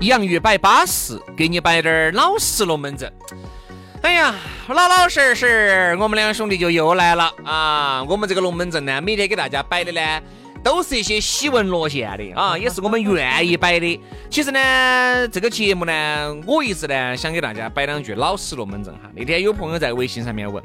洋芋摆巴适，给你摆点儿老实龙门阵。哎呀，老老实实，我们两兄弟就又来了啊！我们这个龙门阵呢，每天给大家摆的呢，都是一些喜闻乐见的啊，也是我们愿意摆的。其实呢，这个节目呢，我一直呢想给大家摆两句老实龙门阵哈。那天有朋友在微信上面问，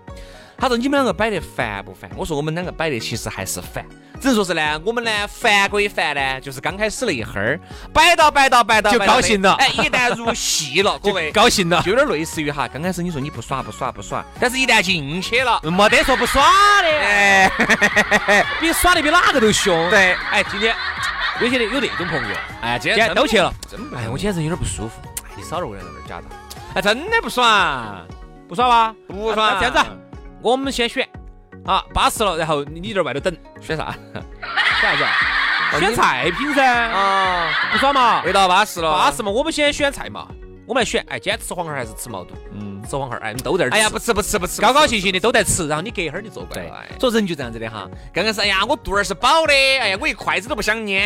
他说你们两个摆得烦不烦？我说我们两个摆得其实还是烦，只能说是呢，我们呢烦归烦呢，就是刚开始那一会儿，摆到摆到摆到就摆到高兴了哎，一旦入 戏了，各位高兴了，就有点类似于哈，刚开始你说你不耍不耍不耍，但是一旦进去了，没得说不耍的，哎， 比耍的比哪个都凶。对，哎，今天有些的有那种朋友，哎，今今天天都去了，真不，哎，我今天人有点不舒服，哎你少点味在那儿夹着，哎，真的不爽，不耍吧？不啊爽，那这样子啊，我们先选啊，巴适了，然后你在外头等，选啥？啥子啊？选菜品噻，啊，不耍嘛？味道巴适了，哎巴适。嘛，我们先选菜嘛，我们来选，哎，今天吃黄孩还是吃毛肚？嗯，吃黄孩，哎，你都在这儿吃，哎呀，不吃不吃不吃，高高兴。兴兴的都在吃，然后你隔一会儿你坐过来对了，哎，所以人就这样子的哈。刚开始，哎呀，我肚儿是饱的，哎呀，我一筷子都不想捏。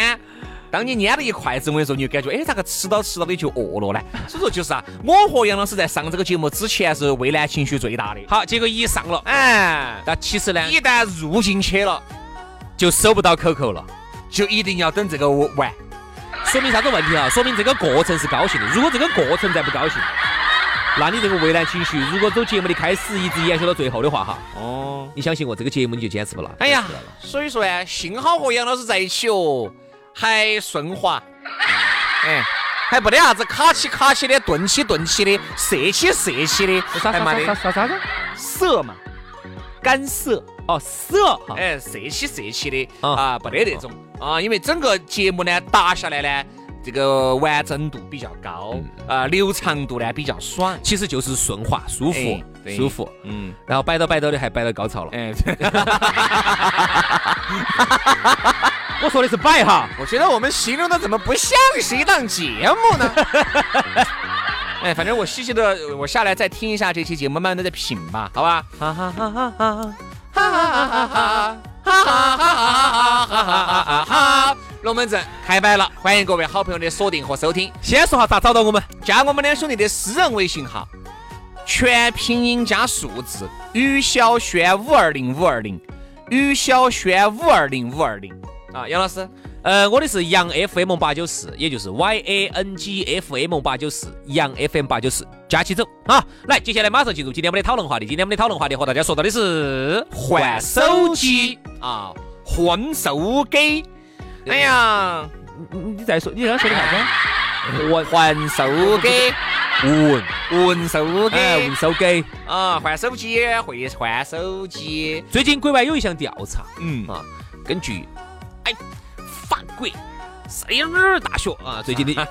当你捏了一筷子，我跟你说，你就感觉，哎，咋个吃到吃到的就饿了呢？ 所以说就是啊，我和杨老师在上这个节目之前是畏难情绪最大的。好，结果一上了，哎，那其实呢一旦入进去了，就收不到口口了，就一定要等这个完。说明啥子问题啊？说明这个过程是高兴的，如果这个过程再不高兴，那你这个为难情绪，如果走节目的开始一直延续到最后的话哈，哦，你相信我，这个节目你就坚持不了。哎呀，所以说呢，幸好和杨老师在一起哦，还 顺滑，哎，还不得啥子卡起卡起的，顿起顿起的，射起射起哎的，啥还啥没得啥。啥啥子？色嘛，干涉，哦，哦色哈，哎，色起色起的啊啊，不得那种啊，因为整个节目呢打下来呢，这个完整度比较高嗯啊，流畅度呢比较爽，其实就是顺滑、舒服哎、对舒服，嗯，然后摆到摆到的还摆到高潮了。哎，我说的是摆哈，我觉得我们形容的怎么不像是一档节目呢？哎，反正我细细的，我下来再听一下这期节目，慢慢的再品吧，好吧？哈哈哈哈哈哈哈哈哈哈哈哈哈哈哈哈！龙门阵开摆了，欢迎各位好朋友的锁定和收听，先说下咋找到我们。加我们两兄弟的私人微信号，全拼音加数字，于小轩五二零五二零，于小轩五二零五二零啊，杨老师。呃，我的是杨 FM 八九四，也就是 Y A N G F M 八九四，杨 FM 八九四，加起走啊！来，接下来马上进入今天我们的讨论话题。今天我们的讨论话题和大家说到的是换手机，啊，换手机。哎呀，你你再说，你刚刚说的啥哎子？我换手机，问，换手哎，问机手机。啊，换手机会换手机。最近国外有一项调查，嗯啊，根据哎法国塞尔大学啊最近的调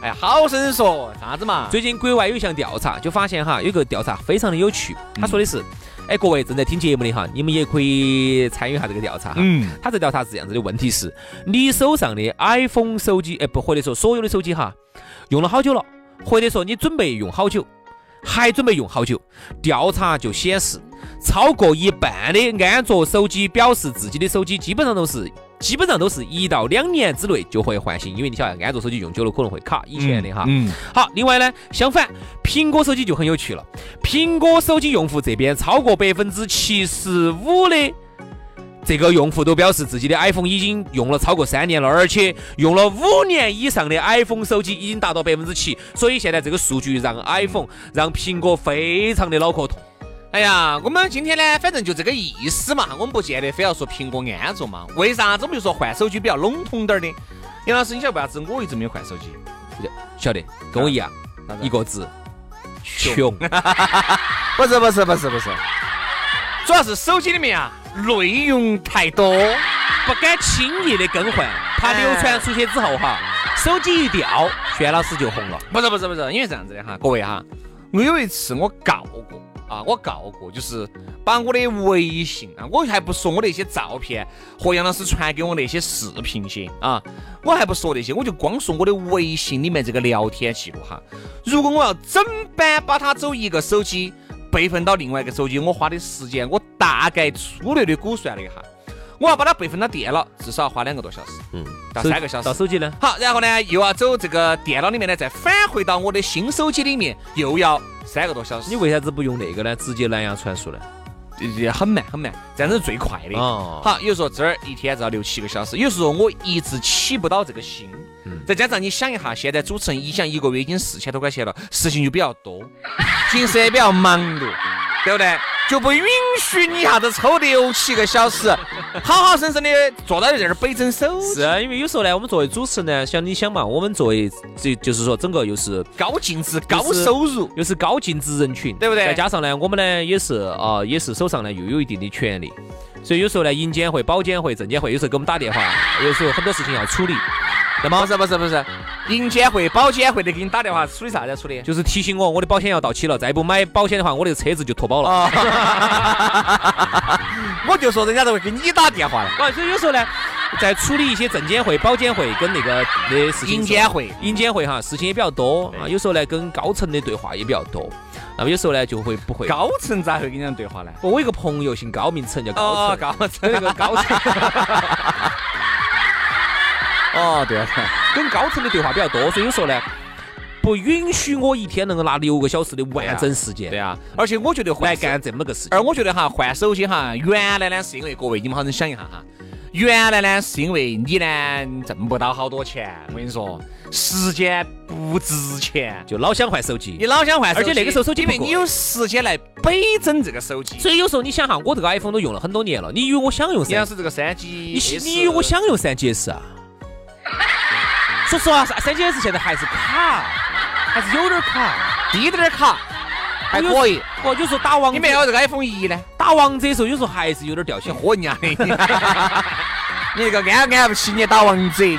哎呀，好生说啥子嘛？最近国外有一项调查，就发现哈，有个调查非常的有趣，他说的是，哎，各位正在听节目的哈，你们也可以参与一下这个调查。嗯，他这调查是这样子的，问题是，你手上的 iPhone 手机，哎，不，或者说所有的手机哈，用了好久了，或者说你准备用好久，还准备用好久，调查就显示，超过一半的安卓手机表示自己的手机基本上都是。基本上都是一到两年之内就会换新，因为你晓得安卓手机用久了可能会卡，以前的哈，嗯，好，另外呢，相反，苹果手机就很有趣了。苹果手机用户这边超过百分之七十五的这个用户都表示自己的 iPhone 已经用了超过三年了，而且用了五年以上的 iPhone 手机已经达到百分之七，所以现在这个数据让 iPhone 让苹果非常的脑壳痛。哎呀，我们今天呢，反正就这个意思嘛，我们不见得非要说苹果安卓嘛。为啥子我们就说换手机比较笼统点儿的？杨老师，你晓得为啥子我一直没有换手机？晓得，跟我一样，嗯一个字，穷。不是不是不是不是，主要是手机里面啊内容太多，不敢轻易的更换，怕流传出去之后哈，手机一掉，轩老师就红了。哎不是不是不是，因为这样子的哈，各位哈，我有一次我告过。啊，我告过，就是把我的微信啊，我还不说我那些照片和杨老师传给我那些视频些啊，我还不说那些，我就光说我的微信里面这个聊天记录哈。如果我要整版把它走一个手机备份到另外一个手机，我花的时间，我大概粗略的估算了一下，我要把它备份到电脑，至少要花两个多小时，嗯，到 三个小时。到手机呢？好，然后呢，又要走这个电脑里面呢，再返回到我的新手机里面，又要。三个多小时，你为啥子不用那个呢？直接蓝牙传输呢？也很慢很慢，这样子最快的。哦、好，有时候这儿一天只要六七个小时，有时候我一直起不到这个心。嗯、再加上你想一下，现在主持人一想一个月已经四千多块钱了，事情就比较多，平时也比较忙碌，对不对？就不允许你啥子抽六七个小时，好好生生的坐到这儿背整手。是啊，因为有时候呢，我们作为主持人呢，像你想嘛，我们作为这就是说整个又是高净值、高收入，又是高净值人群，对不对？再加上呢，我们呢也是啊、呃，也是手上呢又有一定的权利，所以有时候呢，银监会、保监会、证监会有时候给我们打电话， 有时候很多事情要处理。那么不是不是不是，银监会、保监会的给你打电话，处理啥子处理？就是提醒我，我的保险要到期了，再不买保险的话，我这个车子就脱保了。哦、 我就说人家都会给你打电话了。 啊，所以有时候呢，在处理一些证监会、保监会跟那个的事情，银监会、银监会哈，事情也比较多啊。有时候呢，跟高层的对话也比较多。那么有时候呢，就会不会哦高层咋会跟人对话呢？哦我有个朋友姓高，名称叫高层，高 层那个高层。哦，对啊，跟高层的对话比较多，所以有时候呢，不允许我一天能够拿六个小时的完整时间。对啊，而且我觉得来干这么个事情。而我觉得哈，换手机哈，原来呢是因为各位你们好生想一下哈，原来呢是因为你呢挣不到好多钱，我跟你说，时间不值钱，就老想换手机，你老想换，而且那个时候手机因为你有时间来北整这个手机。所以有时候你想哈，我这个 iPhone 都用了很多年了，你以为我想用？你要是这个三 G，你你以为我想用三 GS 啊？说实话，三三 GS 现在还是卡，还是有点卡，低点卡，还可以。哦，有时候打王，你没有这个 iPhone 一呢？打王者的时候，有时候还是有点掉线。豁人家 的，你这个安安不起，你打王者，吃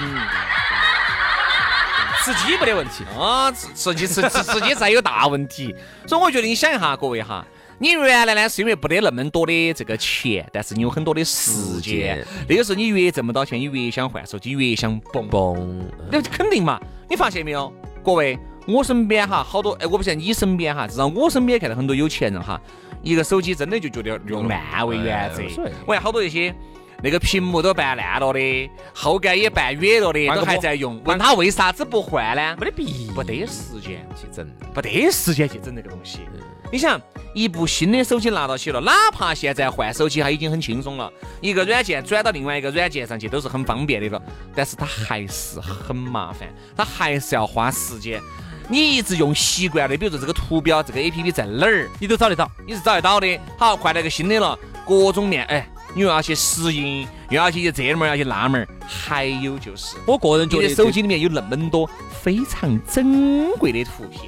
鸡没得问题啊，吃鸡吃吃吃鸡才有大问题。所以我觉得你想一下，各位哈。你原来呢是因为不得那么多的这个钱，但是你有很多的时间。那个时候你越挣不到钱，你越想换手机，越想蹦蹦。那肯定嘛，你发现没有，各位，我身边哈好多，哎，我不晓得你身边哈，至少我身边看到很多有钱人哈，一个手机真的就觉得用烂为原则。我看好多那些那个屏幕都办烂了的，后盖也办哕了的，都还在用。问他为啥子不换呢？没得必，没得时间去整，没得时间去整这个东西。嗯你想，一部新的手机拿到起了，哪怕现在换手机，它已经很轻松了，一个软件转到另外一个软件上去都是很方便的了，但是它还是很麻烦，它还是要花时间。你一直用习惯的，比如说这个图标，这个 A P P 在哪儿，你都找得到，你是找得到的。好，换了个新的了，各种面，哎，你又要去适应，又要去这门儿，要去那门儿。还有就是，我个人觉得手机里面有那么多非常珍贵的图片。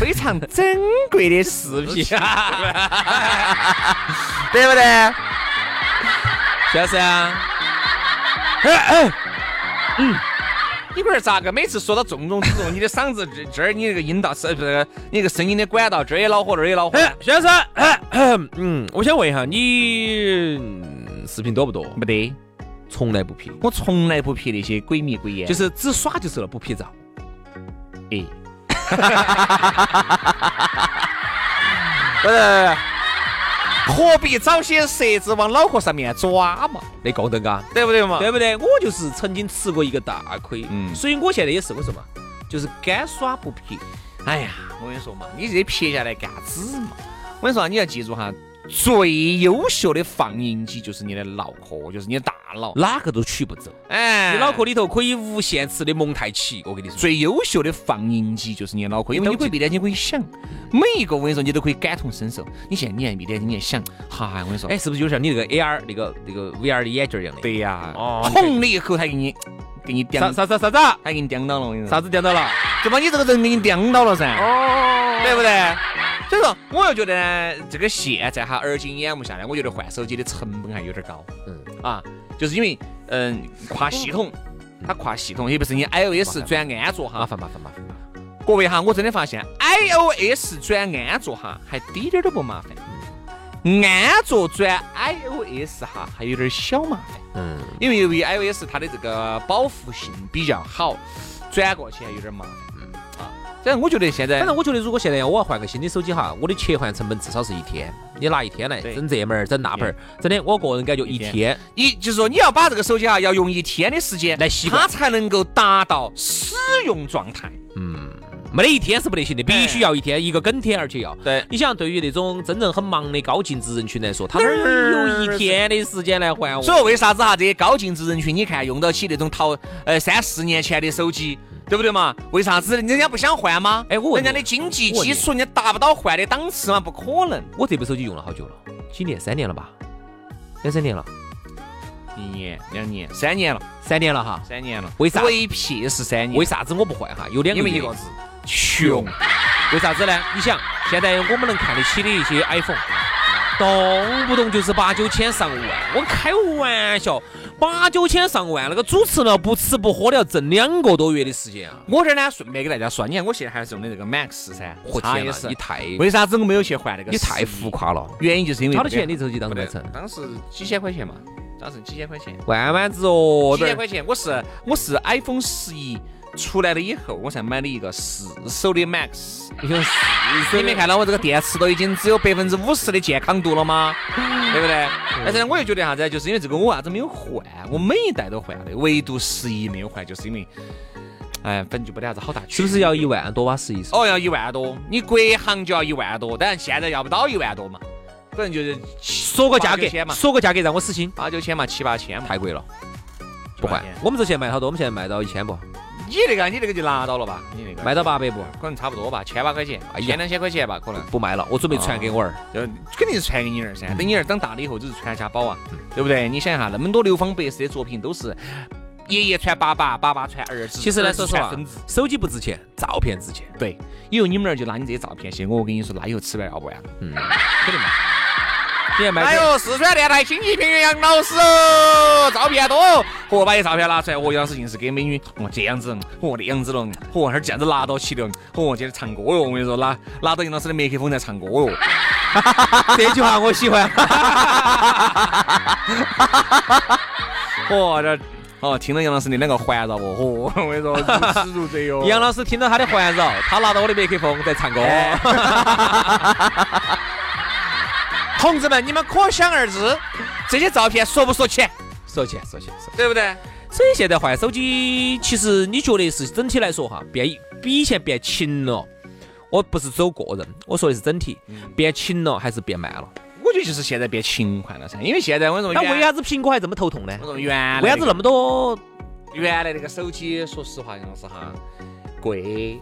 非常珍贵的视 频，对不对？徐老师啊，哎嗯，你龟儿咋个每次说到重中之重，你的嗓子这这儿，你那个阴道是呃不是你那个声音的管道，这儿也恼火，那儿也恼 火。徐老师，嗯，我想问一下，你视频多不多？没得，从来不拍。我从来不拍那些鬼迷鬼眼，就是只耍就是了，不拍照。哎。不是， 何必找些蛇子往脑壳上面抓嘛？那功能啊，对不对嘛？对不对？我就是曾经吃过一个大亏，嗯，所以我现在也是我说嘛，就是干耍不撇。哎呀，我跟你说嘛，你这撇下来干子嘛？我跟你说、啊，你要记住哈，最优秀的放映机就是你的脑壳，就是你的大脑。哪个都取不走。哎，你脑壳里头可以无限次的蒙太奇，我跟你说。最优秀的放映机就是你的脑壳，因为你可以闭着眼睛可以想每一个，我跟你说，你都可以感同身受。你现在你还闭着眼睛你还想，哈，我跟你说，哎，，是不是就像你那个 AR 那个那个 VR 的眼镜一样的？对呀，哦红了一口，他给你给你叼啥，啥啥啥子？他给你叼到了，我跟你说，啥子掉到了？就把你这个人给你叼到了噻。哦，对不对？所以说，我又觉得呢，这个现在哈耳今眼目下来，我觉得换手机的成本还有点高。嗯嗯啊，就是因为嗯跨系统，它跨系统，也不是你 iOS 转安卓麻哈。烦麻烦麻烦。麻烦各位哈，我真的发现 iOS 转安卓哈，还滴点儿都不麻烦。安卓转 iOS 哈，还有点小麻烦，嗯，因为由于 iOS 它的这个保护性比较好，转过去还有点麻烦。嗯啊，虽然我觉得现在反正我觉得，如果现在要我要换个新的手机哈，我的切换成本至少是一天。你拿一天来对整这门儿，整那门儿，真的，我个人感觉一天天一就是说你要把这个手机啊，要用一天的时间来习惯它才能够达到使用状态。没得一天是不得哎行的，必须要一天，一个梗天，而且要。对你想，对于那种真正很忙的高净值人群来说，他哪儿有一天的时间来还我？所以为啥子哈这些高净值人群，你看用到起那种淘呃三四年前的手机，对不对嘛？为啥子人家不想换吗？哎我问人你家的经济我问你基础，人家达不到换的档次嘛，不可能。我这部手机用了好久了，几年？三年了吧？两三年了，一年、两年、三年了，三年了哈。三年了，为啥唯 P 是三年，为啥子我不换哈？有两个因为一原个因字，穷。为啥子呢？你想，现在我们能看得起的一些 iPhone，动不动就是八九千上万。我开玩笑，八九千上万，那个主持了不吃不喝的要挣两个多月的时间啊！我这儿呢，顺便给大家说，你看我现在还是用的这个 Max 噻，我它天也哪，是你。太为啥子我没有去换那个？你太浮。夸了。原因就是因为好多这个钱？你手机当时不买得成？当时几千块钱嘛，当时几千块钱，万万子哦，几千块钱。我是我是 iPhone 十一出来了以后，我才买了一个四手的 Max。你想四你没看到我这个电池都已经只有百分之五十的健康度 了吗？对不对？但是呢，我又觉得啥子呢？就是因为这个我为啥子没有换？我每一代都换的，唯独十一没有换，就是因为，哎，反正就没得啥子好大区别。是不是要一万多哇？十一哦，要一万多，你国行就要一万多，当然现在要不到一万多嘛，可能就是说个价八九千格，嘛说个价格让我死心。八九千嘛，七八千嘛，太贵了，七不八换千。我们这现在卖好多，我们现在卖到一千不，你那个，你那个就拿到了吧？你那个卖到八百不，可能差不多吧，千把块钱，哎呀一千两千块钱吧，可能。不卖了，我准备哦传给我儿。就肯定是传给你儿噻，等你儿长大了以后就是传家宝啊，对不对？你想一下，那么多流芳百世的作品都是爷爷传爸爸，爸爸传儿子，其实呢，儿说子实传话孙子，手机不值钱，照片值钱，对，以后你们儿就拿你这些照片去，我跟你说，那以后吃不了嗯不要。肯定嘛。你看哎卖呦，四川电台经济平原杨老师哦，照片多哦，和我把你照片拿出来，我杨老师硬是给美女，哦这样子，哦那样子了，哦还这样子拿到起的，哦接着唱歌哟，我跟你说，拿拿到杨老师的麦克风在唱歌哟， 这句话我喜欢，。哦这。哦，听到杨老师的两个环绕哦，哦我跟你说，如痴如醉哟杨老师听到他的环绕，他拿到我的麦克风在唱歌。哎 同志们，你们可想而知，这些照片说不说钱，说起来，说起来，说起来。对不对？所以现在换手机，其实你觉得是整体来说哈，变比以前变勤了。我不是走个人，我说的是整体，嗯变勤了还是变慢了？我觉得就是现在变勤快了噻，因为现在我跟你那说，为啥子苹果还这么头痛呢我？说原来为啥子那么多？原来那个手机，说实话，杨老师哈，贵。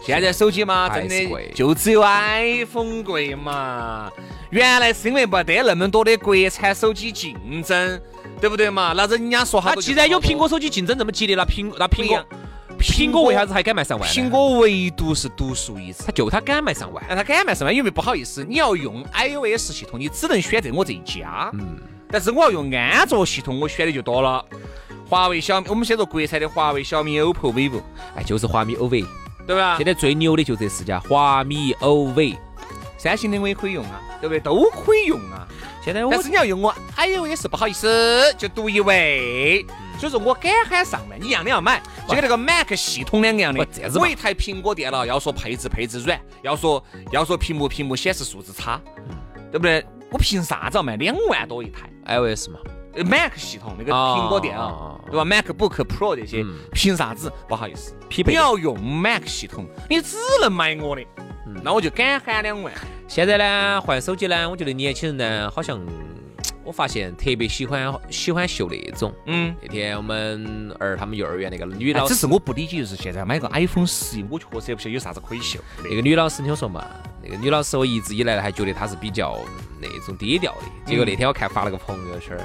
现在手机嘛，还真是的贵就只有 iPhone 贵嘛。原来是因为没得那么多的国产手机竞争，对不对嘛？那人家说好那多就既然有好多苹果，手机竞争这么激烈，那苹那不苹一果样苹果为啥子还敢卖上万？苹，果唯独是独树一帜它。就它敢卖上万。那哎他敢卖什么？因为不好意思，你要用 iOS 系统，你只能选择我这一家。嗯。但是我要用安卓系统，我选的就多了。华为、小米，我们先说国产的华为、小米、OPPO、vivo，哎，就是华米 OV，对吧现？在最牛的就这四家，华米 OV。三星的我也可以用啊，对不对？都可以用啊。现在我但是你要用我哎 iOS，不好意思，就独一位。嗯所以说我敢喊上万，你一样的要买，就跟那个 Mac 系统两个样的不这样。子嘛我一台苹果电脑，要说配置配置软，要说要说屏幕屏幕显示数字差，嗯对不对？我凭啥子要卖两万多一台 iOS 嘛，呃？Mac 系统那个哦苹果电脑哦，对吧？MacBook Pro 这些嗯，凭啥子？不好意思，匹配你的要用 Mac 系统，你只能买我的。嗯那我就敢喊两万。现在呢，换手机呢，我觉得年轻人呢，好像我发现特别喜欢喜欢秀那种。嗯，那天我们儿他们幼儿园那个女哎老只师，是我不理解，就是现在买个 iPhone 十一，我确实也不晓得有啥子可以秀的。那个女老师，你听我说嘛，那个女老师我一直以来还觉得她是比较那种低调的，嗯结果那天我看发了个朋友圈儿，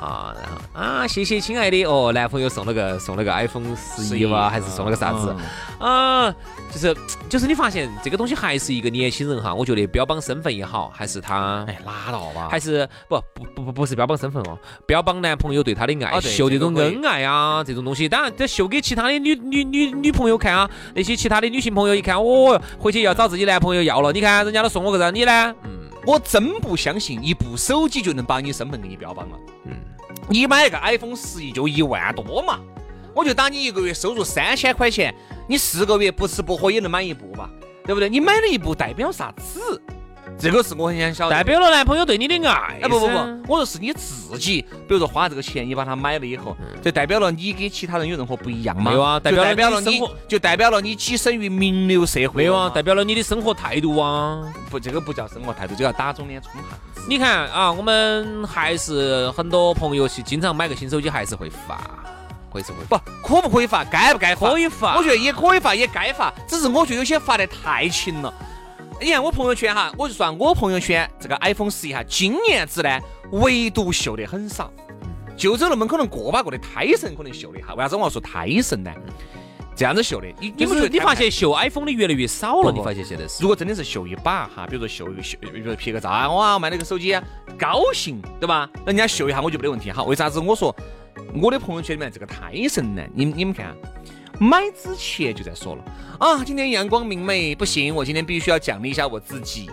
啊，然后啊，谢谢亲爱的哦，男朋友送了个送了个 iPhone 十一哇，还是送了个啥子？嗯啊，就是就是你发现这个东西还是一个年轻人哈，我觉得标榜身份也好，还是他。哎，拉倒吧。还是不不不不不是标榜身份哦，标榜男朋友对她的爱，啊对秀这这个种可以恩爱啊，这种东西。嗯当然，这秀给其他的女女女女朋友看啊，那些其他的女性朋友一看，哦，回去要找自己男朋友要了。你看人家都送我个啥，你呢？嗯我真不相信一部手机就能把你身份给你标榜了。嗯，你买个 iPhone 十一就一万多嘛，我就打你一个月收入三千块钱，你四个月不吃不喝也能买一部吧，对不对？你买了一部代表啥子？这个是我很想晓得。代表了男朋友对你的爱。哎不不不是啊，我说是你自己，比如说花这个钱，你把它买了以后，就代表了你跟其他嗯人有任何不一样吗？没有啊代就表了代表了你生你活，就代表了你跻身于名流社会。没有啊，代表了你的生活态度啊。不，这个不叫生活态度，这叫打肿脸充胖子。你看啊，我们还是很多朋友去经常买个新手机，还是会发，会是会不，哦可不可以发？该不该发？可以发我觉得也可以发，也该发，只是我觉得有些发得太勤了。你看我朋友圈哈，我就说啊我朋友圈这个 iPhone 十一哈，今年子呢，唯独秀的很少。就这那么可能个把个的胎神可能秀的哈，为啥子我要说胎神呢？这样子秀的，你就们觉是得你胎发现秀 iPhone 的越来越少不了，你发现现在是如果真的是秀一把哈，比如说秀一个秀，比如说拍个照啊，哇，我买了个手机，高兴，对吧？人家秀一下我就没得问题哈。为啥子我说我的朋友圈里面这个胎神呢？你们你们看啊，买之前就在说了啊，今天阳光明媚，不行，我今天必须要奖励一下我自己，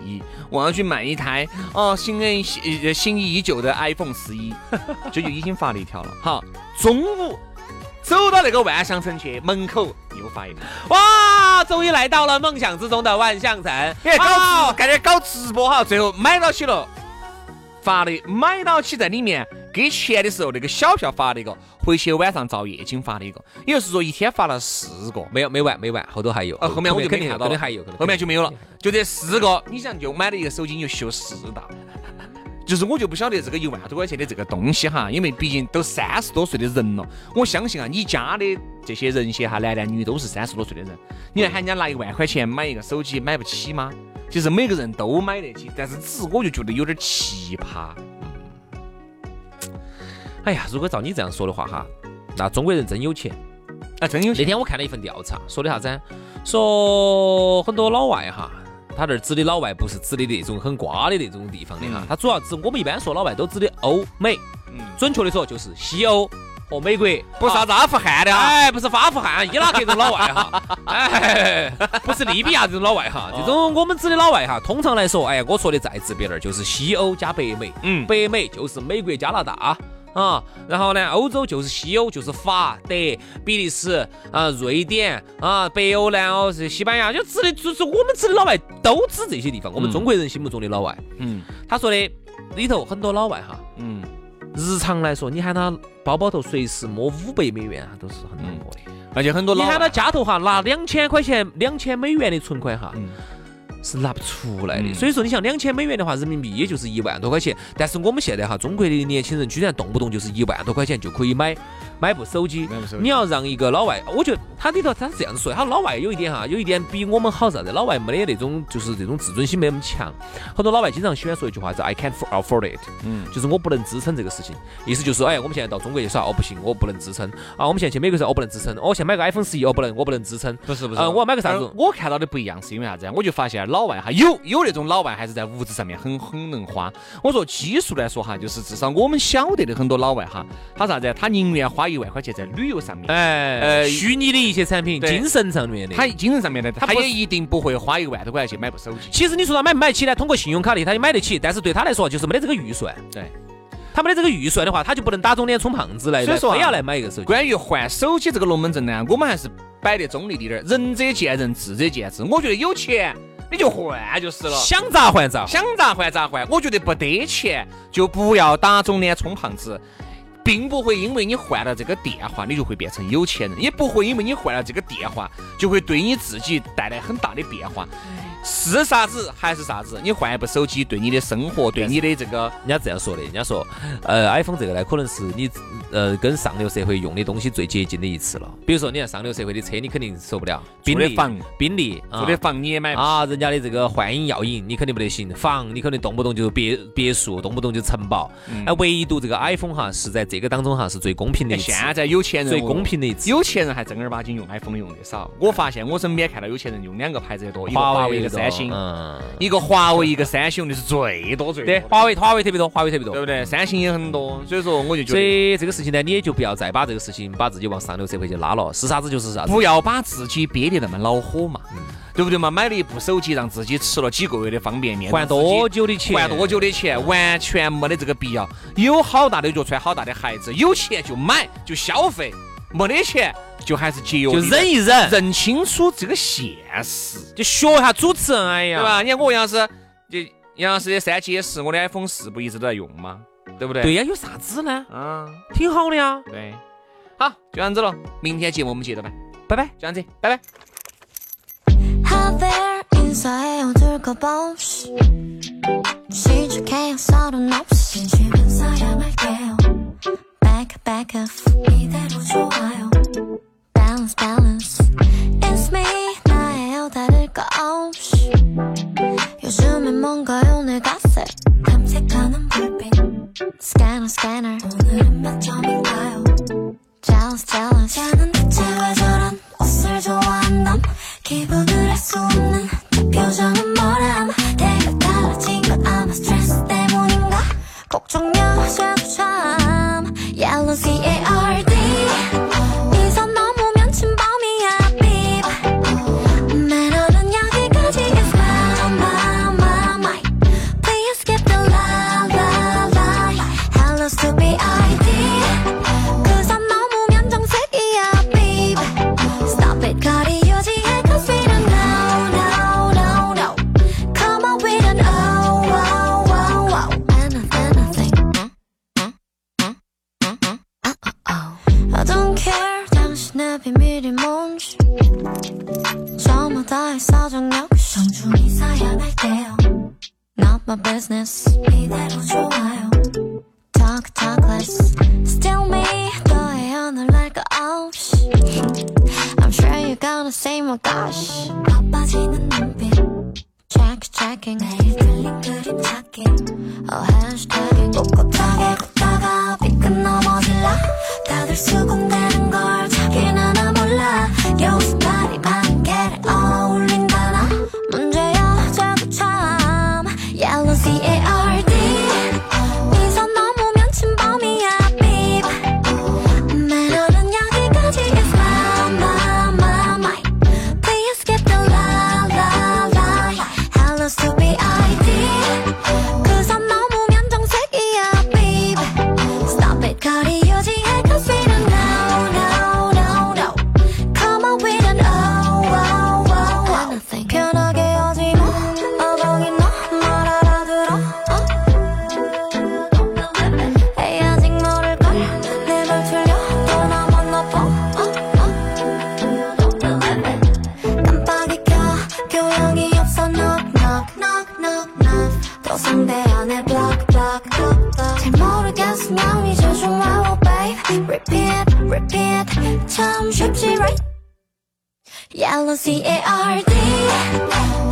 我要去买一台哦心愿呃心意已久的 iPhone 十一， 这就已经发了一条了。好，中午走到那个万象城去门口又发一条。哇，终于来到了梦想之中的万象城。哎，搞哦直，感觉搞直播哈，最后买到起了，发的买到起在里面给钱的时候，那个小票发了一个，回去晚上照夜景发了一个，也就是说一天发了四个。没有没完没完，后头还有。呃，后面我就肯没定看肯到了，定还有，可能后面就没有了，就这四个，你想就买了一个手机，你就秀四道，就是我就不晓得这个一万多块钱的这个东西哈，因为毕竟都三十多岁的人了，我相信啊，你家的这些人些哈，男男女女都是三十多岁的人，你要喊人家拿一万块钱买一个手机，买不起吗？其实每个人都买得起，但是只是我就觉得有点奇葩。哎呀，如果照你这样说的话哈，那中国人真有钱。啊，真有那些天我看了一份调查，说的啥子啊？说很多老外哈，他这儿指的老外不是指的那种很瓜的那种地方的哈嗯，他主要指我们一般说老外都指的欧美，嗯准确的说就是西欧和美国，不是啥啊子阿富汗的啊，哎，不是阿富汗、伊拉克这种老外 哈，哎，不是利比亚这种老外哈，哦这种我们指的老外哈，通常来说，哎，我说的再直白点儿，就是西欧加北美，嗯北美就是美国、加拿大。啊、然后呢，欧洲就是西欧，就是法、德、比利时啊、瑞典啊、北欧呢哦是西班牙，就指的就是我们指的老外都指这些地方，我嗯们中国人心目中的老外。嗯他说的里头很多老外哈，嗯，日常来说，你喊他包包头随时摸五百美元啊，都是很难摸的。而且很多你嗯老喊他外家头哈，拿两千块钱、两千美元的存款哈，嗯是拿不出来的。嗯所以说，你像两千美元的话，人民币也就是一万多块钱。但是我们现在哈，中国的年轻人居然动不动就是一万多块钱就可以买买部手机买部手。机你要让一个老外，我觉得他里头他是这样子说的，他老外有一点哈，有一点比我们好啥子？老外没得那种就是这种自尊心没那么强。很多老外经常喜欢说一句话是 “I can't afford it”，嗯就是我不能支撑这个事情。意思就是，哎，我们现在到中国去耍，哦不行，我不能支撑啊。我们现在去美国耍，我不能支撑。哦，现在买个 iPhone 十一，哦不能，我不能支撑。不是不呃我要买个啥子而我看到的不一样，是因为啥子啊？我就发现老外哈，有有那种老外还是在物质上面很很能花。我说基数来说哈，就是至少我们晓得的很多老外哈，他啥子啊？他宁愿花一万块钱在旅游上面，哎，呃虚拟的一些产品，对精神上面的。他精神上面的，他他不也一定不会花一万多块钱去买部手机。其实你说他买不买得起呢？通过信用卡的他也买得起，但是对他来说就是没得这个预算。对，他没得这个预算的话，他就不能打肿脸充胖子来，所以说啊非要来买一个手机。关于换手机这个龙门阵呢，我们还是摆得中立的点儿，仁者见仁，智者见智。我觉得有钱你就换就是了。想咋换咋，想咋换咋换，我觉得不得钱就不要打肿脸充胖子，并不会因为你换了这个电话，你就会变成有钱人，也不会因为你换了这个电话就会对你自己带来很大的变化。是啥子还是啥子，你换一部手机对你的生活，对你的这个人家这样说的，人家说，呃，iPhone 这个呢，可能是你呃跟上流社会用的东西最接近的一次了。比如说，你看上流社会的车，你肯定受不了，宾利、房宾利啊住的房你也买不哎起，啊，人家的这个幻影、耀影，你肯定不得行。房，你可能动不动就是别别墅，动不动就城堡。嗯哎、唯独这个 iPhone 哈，是在这个当中哈是最公平的一次，现在有钱人哦最公平的一次。有钱人还正儿八经用 iPhone 用的少。我发现我身边看到有钱人用两个牌子的多，一个华为，一个多三星。嗯，一个华为，一个三星用的是最多最多对，的，华为华为特别多，华为特别对不多。对？三星也很多，所以说我就觉哦所得以这个事情呢，你也就不要再把这个事情把自己往上流社会去拉了，是啥子就是啥子。不要把自己憋得那么恼火嘛，嗯对不对嘛？买了一部手机，让自己吃了几个月的方便面，还让自己多久的钱？还多久的钱，完全没得这个必要。有好大的脚，穿好大的鞋子，有钱就买就消费，没得钱就还是节约，就忍一忍，认清楚这个现实，就学一下主持人。哎呀，对？吧？你看我杨老师，就杨老师的三 GS，我的 iPhone 四不一直都在用吗？对不对？对，呀，有啥子呢？啊，挺好的呀。对，好，就这样子了。明天节目我们接着办，拜拜。就这样子，拜拜。 How there 인사에 어둘까봐없이 시작해요 서른 없이 진심은서야 말게요 Back back off 이대로 좋아요 Balance balance It's me 나예요 다를 거 없이 요즘엔 뭔가요 내 가슴 탐색하는 불빛 Scanner scanner 오늘은 몇 점인가요 Jealous jealous 쟤는 대체 왜 저런 옷을 좋아한담 기분을 알 수 없는 내 표정은 뭐람 내가 달라진 건 아마 스트레스 때문인가 걱정여 쟤도 참 Yellow C-A-R-D 이선 넘으면 침범이야 beep 매너는 여기까지 It's my my my my Please skip the la la la Hello stupid idea 그선 넘으면 정색이야 babe Stop it 거리 유지해 cause we don't know no no no Come on with an oh wow wow wow And anything Uh, I don't care 당신의 비밀이 뭔지 저마다의 사정 역시 정중히 사양할게요 Not my business 이대로 좋아요 talk talk less still me 너의 오늘 날거 없이 I'm sure you're gonna say my gosh 바빠지는 눈빛 check checking 내일 들린 그림 찾기 oh hashtag 꼿꼿하게 걷다가 미끝 넘어질라 다들 수긍되는 걸 자긴 하나 몰라 겨우 스파리 반개를 어울린다나 문제야 자꾸 참 yellow C-A-R-D 이선 넘으면 침범이야 beep 매너는 여기까지 It's my my my my Please skip the la la la Hello stupid idea 그선 넘으면 정색이야 beep Stop it 거리 유지해 cause we don't know no no no Come on with an oh wow wow wow 편하게 하지 마 어벅인 너말 알아들어 에이 아직 모를걸 내말 틀려 또 나만 나빠 깜빡이 켜 교양이 없어 knock knock knock knock knock 또 상대 안에 block block block block 잘 모르겠어 now 이제 좀 와요 babe repeat repeat 참 쉽지 right Yellow C-A-R-D oh,